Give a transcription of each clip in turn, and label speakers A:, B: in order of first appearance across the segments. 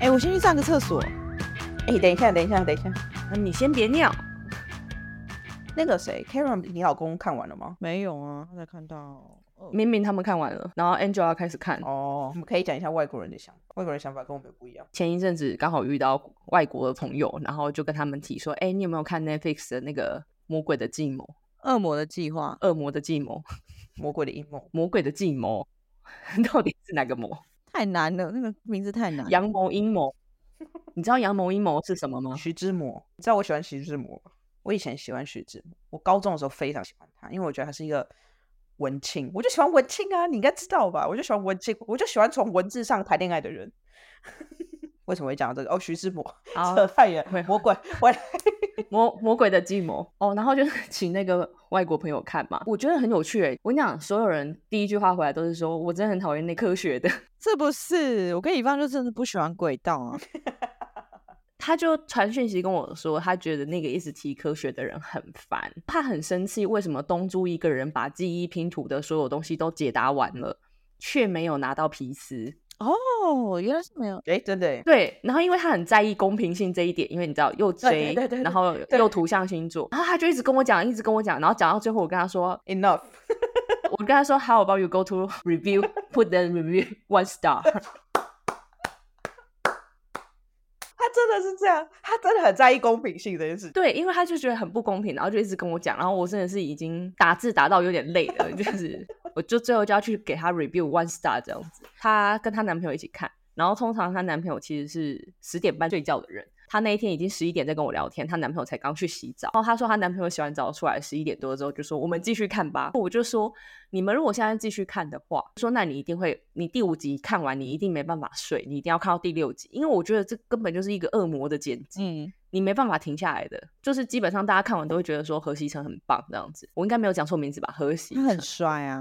A: 哎、我先去上个厕所。
B: 哎、等一下，等一下，等一下，
C: 啊你先别尿，
B: 那个谁，Karen，你老公看完了吗？
A: 没有啊，他才看到二
C: 明明他们看完了，然后 Angela 开始看。
B: 哦，我们可以讲一下外国人的想法，外国人想法跟我们不一样。
C: 前一阵子刚好遇到外国的朋友，然后就跟他们提说，哎、你有没有看 Netflix 的那个《魔鬼的计谋》
A: 恶魔的计划
C: 《恶魔的计谋》《
B: 魔鬼的阴谋，
C: 魔鬼的计谋》？ 到底是哪个魔？
A: 太难了，那个名字太难了。
C: 阳谋阴谋？你知道阳谋阴谋是什么吗？
B: 徐志摩，你知道我喜欢徐志摩吗？我以前喜欢徐志摩，我高中的时候非常喜欢他，因为我觉得他是一个文青，我就喜欢文青啊，你应该知道吧？我就喜欢文青，我就喜欢从文字上谈恋爱的人。 为什么会讲到这个？哦，徐志摩，
C: 啊
B: 扯太远
C: 会，
B: 魔鬼，我
C: 魔魔鬼的计谋哦，然后就是请那个外国朋友看嘛，我觉得很有趣诶。我跟你讲，所有人第一句话回来都是说，我真的很讨厌那科学的。
A: 是不是？我跟乙方就真的不喜欢轨 道啊。
C: 他就传讯息跟我说，他觉得那个一直提科学的人很烦，他很生气，为什么东珠一个人把记忆拼图的所有东西都解答完了，却没有拿到皮斯？
A: 哦，原来是没有。
B: 哎，真的耶，
C: 对，然后因为他很在意公平性这一点，因为你知道又
B: 对对
C: J，
B: 对对
C: 然后
B: 对
C: 又图像星座，然后他就一直跟我讲，一直跟我讲，然后讲到最后，我跟他说，
B: enough，
C: 我跟他说 How about you go to review, put the review one star？
B: 他真的是这样，他真的很在意公平性这件事。
C: 对，因为他就觉得很不公平，然后就一直跟我讲，然后我真的是已经打字打到有点累了，就是我就最后就要去给他 review one star 这样子。她跟她男朋友一起看，然后通常她男朋友其实是十点半睡觉的人。她那一天已经十一点在跟我聊天，她男朋友才刚去洗澡。然后她说她男朋友洗完澡出来十一点多之后就说我们继续看吧。我就说你们如果现在继续看的话，说那你一定会，你第五集看完你一定没办法睡，你一定要看到第六集，因为我觉得这根本就是一个恶魔的剪辑。
A: 嗯，
C: 你没办法停下来的，就是基本上大家看完都会觉得说何西成很棒这样子。我应该没有讲错名字吧？何西
A: 他很
C: 成，
A: 帅啊，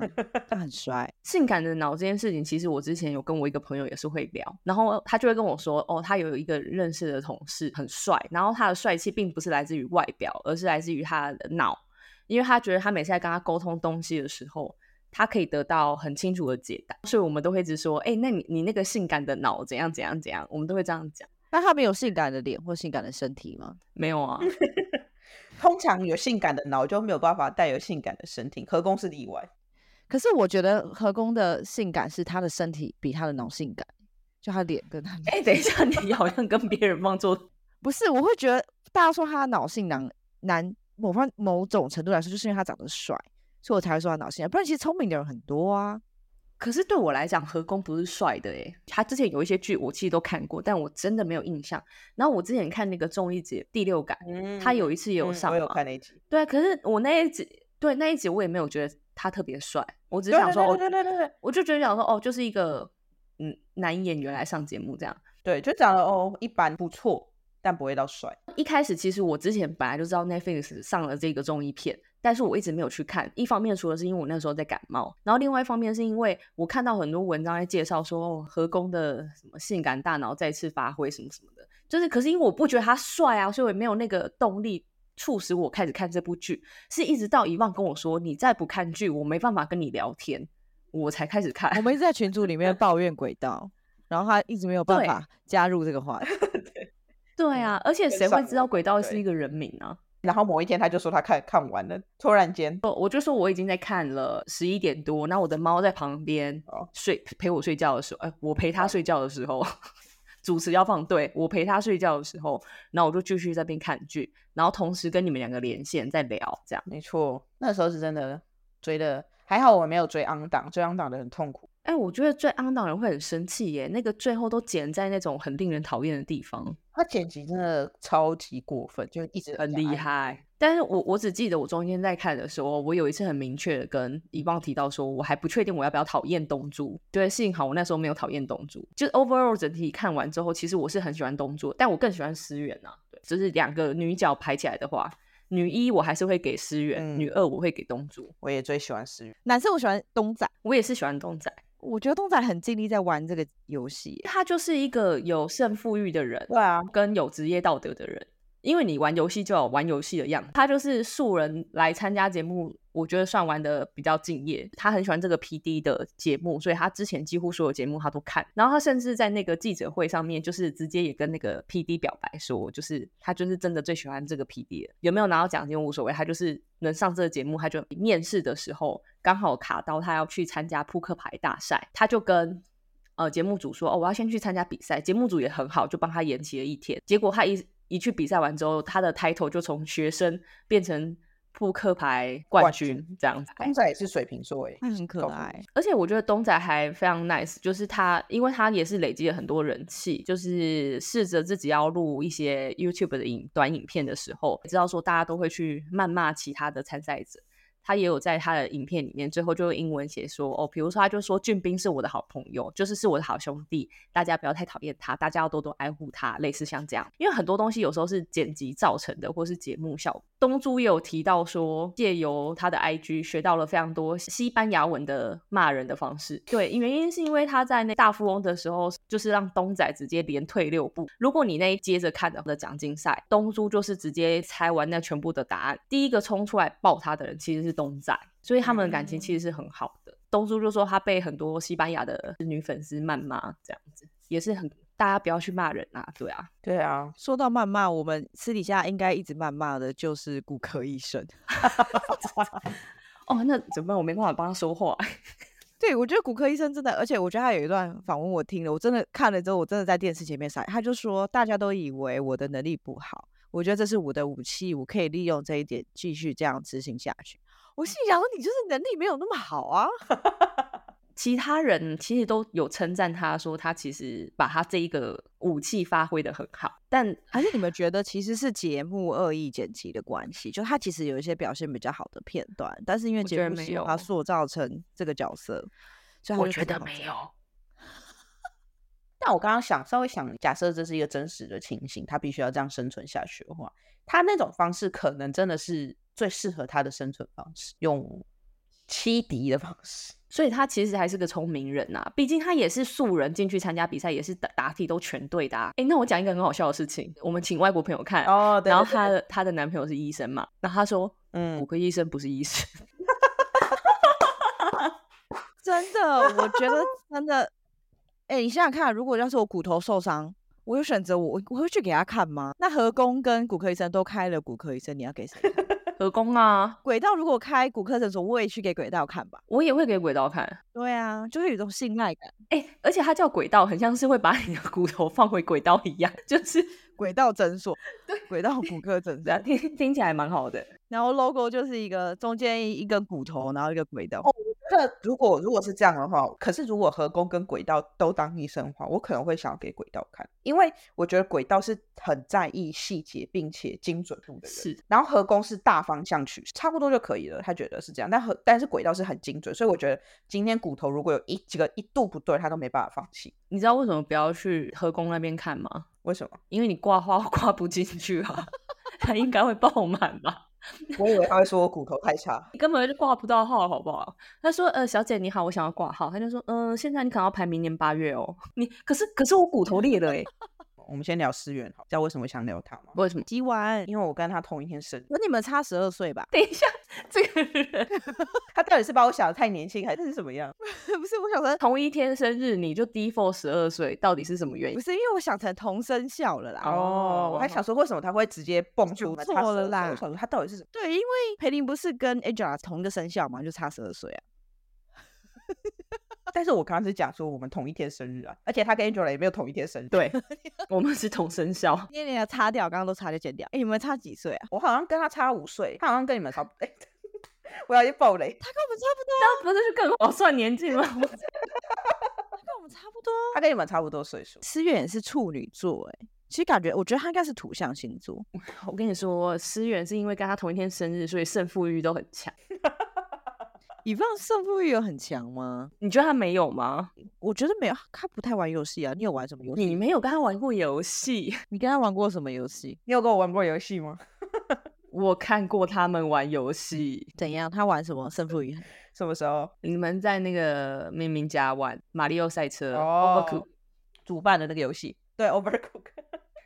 A: 他很帅。
C: 性感的脑这件事情，其实我之前有跟我一个朋友也是会聊，然后他就会跟我说，哦，他有一个认识的同事很帅，然后他的帅气并不是来自于外表，而是来自于他的脑，因为他觉得他每次在跟他沟通东西的时候。他可以得到很清楚的解答，所以我们都会一直说，哎、那你你那个性感的脑怎样怎样怎样，我们都会这样讲。
A: 那他们有性感的脸或性感的身体吗？
C: 没有 啊，
B: 通常有性感的脑就没有办法带有性感的身体，何公是例外。
A: 可是我觉得何工的性感是他的身体比他的脑性感，就他脸跟他脑。
C: 哎、等一下，你好像跟别人放错
A: 不是，我会觉得大家说他脑性男男某方某种程度来说，就是因为他长得帅，所以我才会说他脑性男。不然其实聪明的人很多啊。
C: 可是对我来讲，何工不是帅的诶，他之前有一些剧我其实都看过，但我真的没有印象。然后我之前看那个综艺节《第六感》，
B: 嗯
C: 他有一次也有上
B: 我
C: 嘛，
B: 有看那一集，
C: 对啊，可是我那一集对那一集我也没有觉得他特别帅，我只
B: 对
C: 是想说，哦，
B: 对对对对对
C: 我就觉得想说，哦，就是一个嗯男演员来上节目这样。
B: 对，就长得哦一般不错，但不会到帅。
C: 一开始其实我之前本来就知道 Netflix 上了这个综艺片，但是我一直没有去看。一方面除了是因为我那时候在感冒，然后另外一方面是因为我看到很多文章在介绍说哦，何工的什么性感大脑再次发挥什么什么的，就是可是因为我不觉得他帅啊，所以我也没有那个动力。促使我开始看这部剧，是一直到遗忘跟我说你再不看剧，我没办法跟你聊天，我才开始看。
A: 我们一直在群组里面抱怨轨道，然后他一直没有办
C: 对
A: 法加入这个话题。
C: 对啊，而且
B: 跟
C: 谁
B: 上
C: 会知道
B: 我
C: 轨道
B: 对
C: 是一个人名啊？
B: 然后某一天他就说他看看完了，突然间
C: 哦，我就说我已经在看了十一点多，那我的猫在旁边
B: 哦
C: 睡陪我睡觉的时候，哎、我陪它睡觉的时候， 主持要放对，我陪它睡觉的时候，然后我就继续在那边看剧，然后同时跟你们两个连线在聊，这样。
B: 没错，那时候是真的追的，还好我没有追昂档，追昂档的很痛苦。
C: 哎、我觉得最肮脏的人会很生气耶，那个最后都剪在那种很令人讨厌的地方，
B: 他剪辑真的超级过分，就一直
C: 很
B: 讲
C: 厉
B: 哎。
C: 害。但是我我只记得我中间在看的时候，我有一次很明确的跟遗忘提到说，我还不确定我要不要讨厌东珠。对，幸好我那时候没有讨厌东珠。就是 overall 整体看完之后，其实我是很喜欢东珠，但我更喜欢思源啊。对，就是两个女角排起来的话，女一我还是会给思源，
B: 嗯
C: 女二我会给东珠。
B: 我也最喜欢思雨，
A: 男生我喜欢东仔，
C: 我也是喜欢东仔，
A: 我觉得东仔很尽力在玩这个游戏耶。
C: 他就是一个有胜负欲的人，
B: 对啊，
C: 跟有职业道德的人。因为你玩游戏就有玩游戏的样子。他就是素人来参加节目，我觉得算玩的比较敬业。他很喜欢这个 P D 的节目，所以他之前几乎所有节目他都看。然后他甚至在那个记者会上面，就是直接也跟那个 P D 表白说，就是他就是真的最喜欢这个 P D 了，有没有拿到奖金无所谓，他就是能上这个节目，他就面试的时候刚好卡到他要去参加扑克牌大赛，他就跟呃节目组说哦，我要先去参加比赛。节目组也很好，就帮他延期了一天。结果他一一去比赛完之后，他的 title 就从学生变成扑克牌冠
B: 冠
C: 军
B: 军哦
C: 这样
A: 哎
C: 子。
B: 公仔也是水瓶座哎，
A: 他很可
B: 搞不
A: 爱，
C: 而且我觉得东仔还非常 nice，就是他，因为他也是累积了很多人气，就是试着自己要录一些 YouTube 的影短影片的时候，知道说大家都会去谩骂其他的参赛者。他也有在他的影片里面，最后就用英文写说哦，比如说他就说俊斌是我的好朋友，就是是我的好兄弟，大家不要太讨厌他，大家要多多爱护他，类似像这样。因为很多东西有时候是剪辑造成的，或是节目效果。东珠也有提到说，借由他的 IG 学到了非常多西班牙文的骂人的方式。对，原因是因为他在那大富翁的时候，就是让东仔直接连退六步。如果你那一接着看的奖金赛，东珠就是直接猜完那全部的答案，第一个冲出来爆他的人其实是东仔，所以他们的感情其实是很好的。东珠就说他被很多西班牙的女粉丝谩骂，这样子也是很大家不要去骂人啊，对啊，
B: 对啊，
A: 说到谩骂，我们私底下应该一直谩骂的就是骨科医生。
C: 哦，那怎么办？我没办法帮他说话。
A: 对，我觉得骨科医生真的，而且我觉得他有一段访问我听了，我真的看了之后，我真的在电视前面傻眼。他就说，大家都以为我的能力不好，我觉得这是我的武器，我可以利用这一点继续这样执行下去。我心里想说，你就是能力没有那么好啊。
C: 其他人其实都有称赞他，说他其实把他这一个武器发挥的很好，但
A: 还是你们觉得其实是节目恶意剪辑的关系？就他其实有一些表现比较好的片段，但是因为
C: 我觉
A: 节
C: 得
A: 目
C: 没
A: 希望他
C: 有
A: 塑造成这个角色，所以他
C: 啊我
A: 就
C: 觉得
A: 好
C: 没
A: 这
C: 有
A: 样。。
B: 但我刚刚想稍微想，假设这是一个真实的情形，他必须要这样生存下去的话，他那种方式可能真的是最适合他的生存方式，用欺敌的方式。
C: 所以他其实还是个聪明人呐、毕竟他也是素人进去参加比赛，也是答答题都全对的、啊。哎，那我讲一个很好笑的事情，我们请外国朋友看，
B: 哦，对
C: 然后
B: 对对
C: 她的她的男朋友是医生嘛，然后她 说
B: 嗯
C: 骨科医生不是医生，
A: 真的，我觉得真的，哎、你想想看，如果要是我骨头受伤，我有选择我，我会去给他看吗？那合工跟骨科医生都开了骨科医生，你要给谁 看？
C: 何工啊，
A: 轨道如果开骨科诊所，我也去给轨道看吧。
C: 我也会给轨道看。
A: 对啊，就是有一种信赖感。
C: 哎、而且他叫轨道，很像是会把你的骨头放回轨道一样， 就是
A: 轨道诊所，轨道骨科诊所，
C: 啊听听起来蛮好的。
A: 然后 logo 就是一个中间一根骨头，然后一个轨道。
B: 那如果如果是这样的话，可是如果合工跟轨道都当医生的话，我可能会想要给轨道看，因为我觉得轨道是很在意细节并且精准度的人。
C: 是，
B: 然后合工是大方向取，差不多就可以了，他觉得是这样。但合但是轨道是很精准，所以我觉得今天骨头如果有一几个一度不对，他都没办法放弃。
C: 你知道为什么不要去河工那边看吗？
B: 为什么？
C: 因为你挂花 挂不进去啊， 它应该会爆满吧？
B: 我以为他会说我骨头太差。
C: 你根本就挂不到号，好不好？他说：“呃，小姐你好，我想要挂号。”他就说：“嗯、现在你可能要排明年八月哦。你”可是可是我骨头裂了诶、
B: 我们先聊思源好，知道为什么想聊他吗？
C: 为什么？
A: 几晚？
B: 因为我跟他同一天生日，
A: 那你们差十二岁吧？
C: 等一下，这个人
B: 他到底是把我想的太年轻，还是怎么样？
A: 不是，我想成
C: 同一天生日你就 default 十二岁，到底是什么原因
A: 不？是，因为我想成同生肖了啦。
B: 哦，我还想说为什么他会直接蹦出
A: 不
B: 来，
A: 错了啦
B: 我想说他到底是什么？
A: 对，因为裴林不是跟 Angela 同一个生肖嘛，就差十二岁啊。
B: 但是我刚刚是讲说我们同一天生日啊，而且他跟 Angela 也没有同一天生日。
C: 对， 我们是同生肖。啊
A: 今天要擦掉，刚刚都擦就剪掉。哎，你们差几岁啊？
B: 我好像跟他差五岁，他好像跟你们差不多。 我要去爆雷，
A: 他跟我们差不多，
C: 那不是就更好算年纪吗？
A: 他跟我们差不多。啊
B: 他跟你们差不多岁数。
A: 思远也是处女座、哎，其实感觉我觉得他应该是土象星座。
C: 我跟你说，思源是因为跟他同一天生日，所以胜负欲都很强。
A: 以放胜负欲有很强吗？
C: 你觉得他没有吗？
A: 我觉得没有，他不太玩游戏啊。你有玩什么游戏？
C: 你没有跟他玩过游戏，
A: 你跟他玩过什么游戏？
B: 你有跟我玩过游戏吗？
C: 我看过他们玩游戏。
A: 怎样？他玩什么胜负欲？
B: 什么时候？
C: 你们在那个明明家玩《马里奥赛车》
A: 呃
B: 哦
C: Overcooked，
B: 主办的那个游戏，对，Overcook。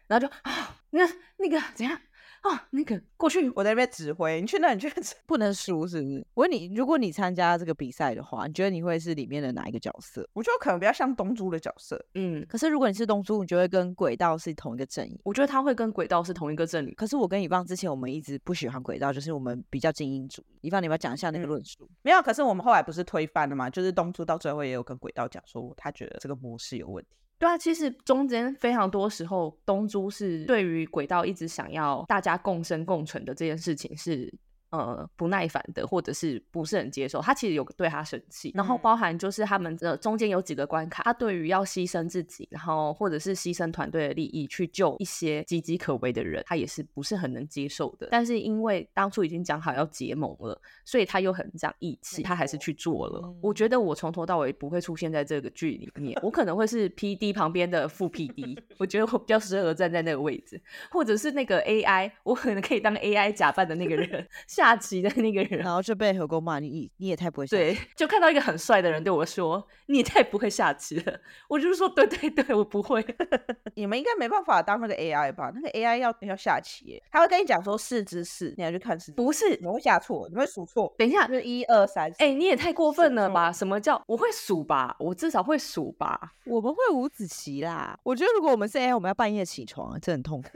C: 然后就啊，那那个怎样？啊，那个过去
B: 我在那边指挥，你去那，你去那指
A: 不能输是不是？我问你，如果你参加这个比赛的话，你觉得你会是里面的哪一个角色？
B: 我觉得我可能比较像东珠的角色，
C: 嗯，
A: 可是如果你是东珠，你就会跟轨道是同一个阵营。
C: 我觉得他会跟轨道是同一个阵营。
A: 可是我跟以棒之前，我们一直不喜欢轨道，就是我们比较精英主义。以棒，你要不要讲一下那个
B: 嗯
A: 论述？
B: 没有。可是我们后来不是推翻了嘛？就是东珠到最后也有跟轨道讲说，他觉得这个模式有问题。
C: 对啊，其实中间非常多时候，东珠是对于轨道一直想要大家共生共存的这件事情是。呃，不耐烦的，或者是不是很接受，他其实有对他生气，然后
B: 嗯
C: 包含就是他们的中间有几个关卡，他对于要牺牲自己，然后或者是牺牲团队的利益去救一些岌岌可危的人，他也是不是很能接受的。但是因为当初已经讲好要结盟了，所以他又很讲义气，
B: 没
C: 他还是
B: 错
C: 去做了。
A: 嗯
C: 我觉得我从头到尾不会出现在这个剧里面，我可能会是 P D 旁边的副 P D，我觉得我比较适合站在那个位置，或者是那个 A I，我可能可以当 A I 假扮的那个人， 下棋的那个人
A: 然。后就被河沟骂你，你也太不会下棋
C: 对，就看到一个很帅的人对我说：“你也太不会下棋了。”我就是说：“对对对，我不会。
B: 你们应该没办法当那个 AI 吧？那个 AI 要要下棋耶，他会跟你讲说四之四，你要去看四”，
C: 不是，
B: 你会下错，你会数错，
C: 等一下
B: 啊就，是一二三。
C: 哎、你也太过分了
B: 错
C: 吧？什么叫我会数吧？我至少会数吧。
A: 我们会五子棋啦。我觉得如果我们是 AI，我们要半夜起床，这很痛苦。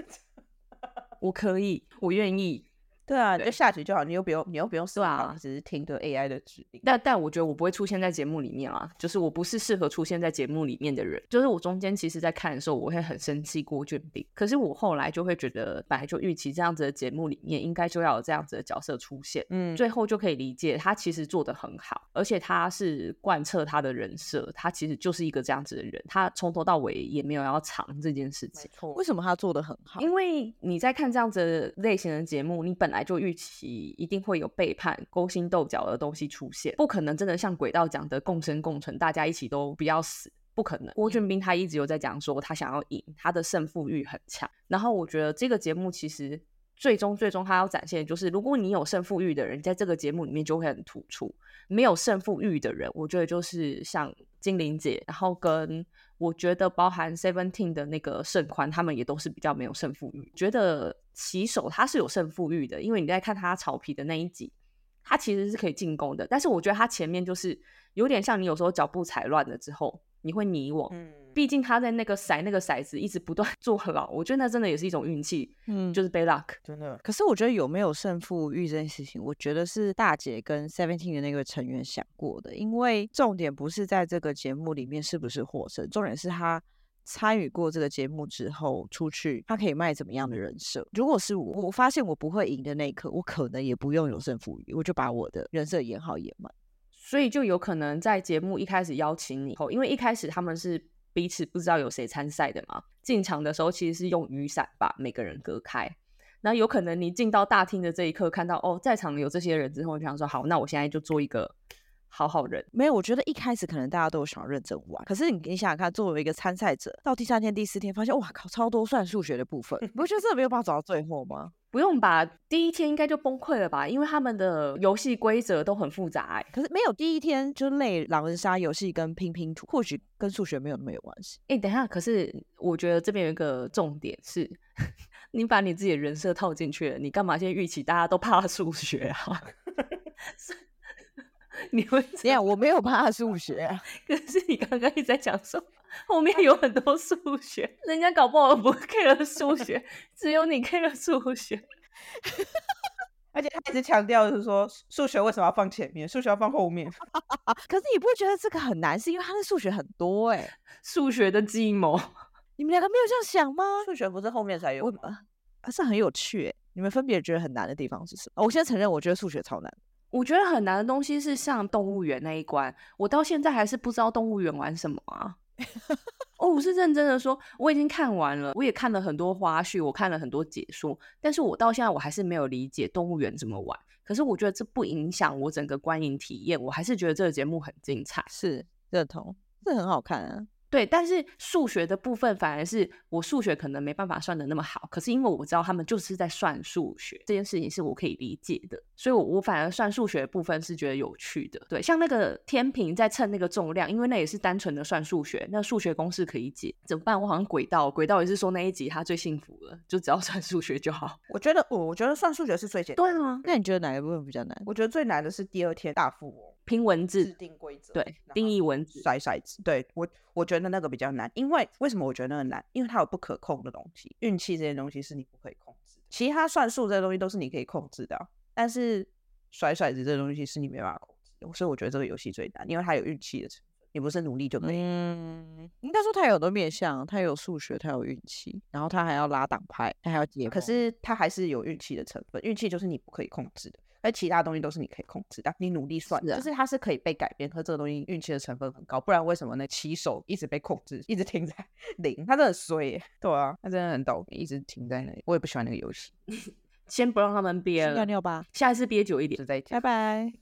C: 我可以，我愿意。
B: 对啊，你就
C: 对
B: 下棋就好，你又不用，你又不用思考，
C: 啊
B: 你只是听着 AI 的指令。
C: 但但我觉得我不会出现在节目里面啊，就是我不是适合出现在节目里面的人。就是我中间其实，在看的时候，我会很生气郭俊斌，可是我后来就会觉得，本来就预期这样子的节目里面应该就要有这样子的角色出现。
B: 嗯，
C: 最后就可以理解，他其实做得很好，而且他是贯彻他的人设，他其实就是一个这样子的人，他从头到尾也没有要藏这件事情。
B: 错
A: 为什么他做的很好？
C: 因为你在看这样子的类型的节目，你本来就预期一定会有背叛、勾心斗角的东西出现，不可能真的像轨道讲的共生共存，大家一起都不要死。不可能，郭俊斌他一直有在讲说他想要赢，他的胜负欲很强。然后我觉得这个节目其实最终最终他要展现的就是，如果你有胜负欲的人，在这个节目里面就会很突出；没有胜负欲的人，我觉得就是像精灵姐，然后跟我觉得包含 Seventeen 的那个盛宽，他们也都是比较没有胜负欲。觉得骑手他是有胜负欲的，因为你在看他草皮的那一集，他其实是可以进攻的，但是我觉得他前面就是有点像你有时候脚步踩乱了之后，你会迷惘。
B: 嗯，
C: 毕竟他在那个骰那个骰子一直不断 坐牢，我觉得那真的也是一种运气，
A: 嗯，
C: 就是被 luck。
B: 真的
A: 可是我觉得有没有胜负欲这件事情，我觉得是大姐跟 Seventeen 的那个成员想过的，因为重点不是在这个节目里面是不是获胜，重点是他参与过这个节目之后出去，他可以卖怎么样的人设。如果是我，我发现我不会赢的那一刻，我可能也不用有胜负欲，我就把我的人设演好演满。
C: 所以就有可能在节目一开始邀请你后，因为一开始他们是彼此不知道有谁参赛的嘛，进场的时候其实是用雨伞把每个人隔开。那有可能你进到大厅的这一刻，看到哦，在场有这些人之后，你就想说好，那我现在就做一个好好人。
A: 没有，我觉得一开始可能大家都有想要认真玩，可是你你想想看，作为一个参赛者，到第三天、第四天，发现哇靠，超多算数学的部分，你不觉得这没有办法走到最后吗？
C: 不用吧，第一天应该就崩溃了吧？因为他们的游戏规则都很复杂、欸。
A: 可是没有第一天就累狼人杀游戏跟拼拼图，或许跟数学没有那么有关系。
C: 哎、等一下，可是我觉得这边有一个重点是， 你把你自己的人设套进去了，你干嘛现在预期大家都怕数学啊？ 你会这
A: 这
C: 样？
A: 样我没有怕数学啊，
C: 可是你刚刚一直在讲说后面有很多数学，人家搞不好不 care 数学，只有你 care 数学。
B: 而且他一直强调就是说，数学为什么要放前面，数学要放后面。
A: 可是你不觉得这个很难，是因为他的数学很多哎、
C: 数学的计谋，
A: 你们两个没有这样想吗？
B: 数学不是后面才有
A: 我
B: 吗？
A: 啊，是很有趣、欸。你们分别觉得很难的地方是什么？我先承认，我觉得数学超难。
C: 我觉得很难的东西是像动物园那一关，我到现在还是不知道动物园玩什么啊。哦，我是认真的说，我已经看完了，我也看了很多花絮，我看了很多解说，但是我到现在我还是没有理解动物园怎么玩。可是我觉得这不影响我整个观影体验，我还是觉得这个节目很精彩。
A: 是认同，这很好看啊。
C: 对，但是数学的部分反而是我数学可能没办法算的那么好，可是因为我知道他们就是在算数学这件事情是我可以理解的，所以我我反而算数学的部分是觉得有趣的。对，像那个天平在称那个重量，因为那也是单纯的算数学，那数学公式可以解。怎么办？我好像轨道，轨道也是说那一集他最幸福了，就只要算数学 就好。
B: 我觉得，我我觉得算数学是最简单。
C: 对啊，
A: 那你觉得哪一部分比较难？
B: 我觉得最难的是第二天大富翁
C: 拼文
B: 制
C: 字，
B: 定规则，
C: 对，
B: 然
C: 定
B: 后
C: 义文字，
B: 甩骰子。对我，我觉得那个比较难，因为为什么我觉得那个难？因为它有不可控的东西，运气这些东西是你不可以控制的，其他算术这些东西都是你可以控制的啊、但是甩骰子这东西是你没办法控制的，所以我觉得这个游戏最难，因为它有运气的成分，你不是努力就可以。
A: 嗯，应该说他有很多面向，他有数学，他有运气，然后他还要拉党派，他还要解。
C: 哦
B: 可是它还是有运气的成分，运气就是你不可以控制的，而其他东西都是你可以控制的。你努力算，
C: 是啊
B: 就是它是可以被改变，可这个东西运气的成分很高，不然为什么那骑手一直被控制，一直停在 零？他真的很衰耶，对啊，他真的很倒霉，一直停在那里。我也不喜欢那个游戏，
C: 先不让他们憋
A: 去尿
C: 了，
A: 尿吧，
C: 下一次憋久一点
B: 就。在
A: 拜拜。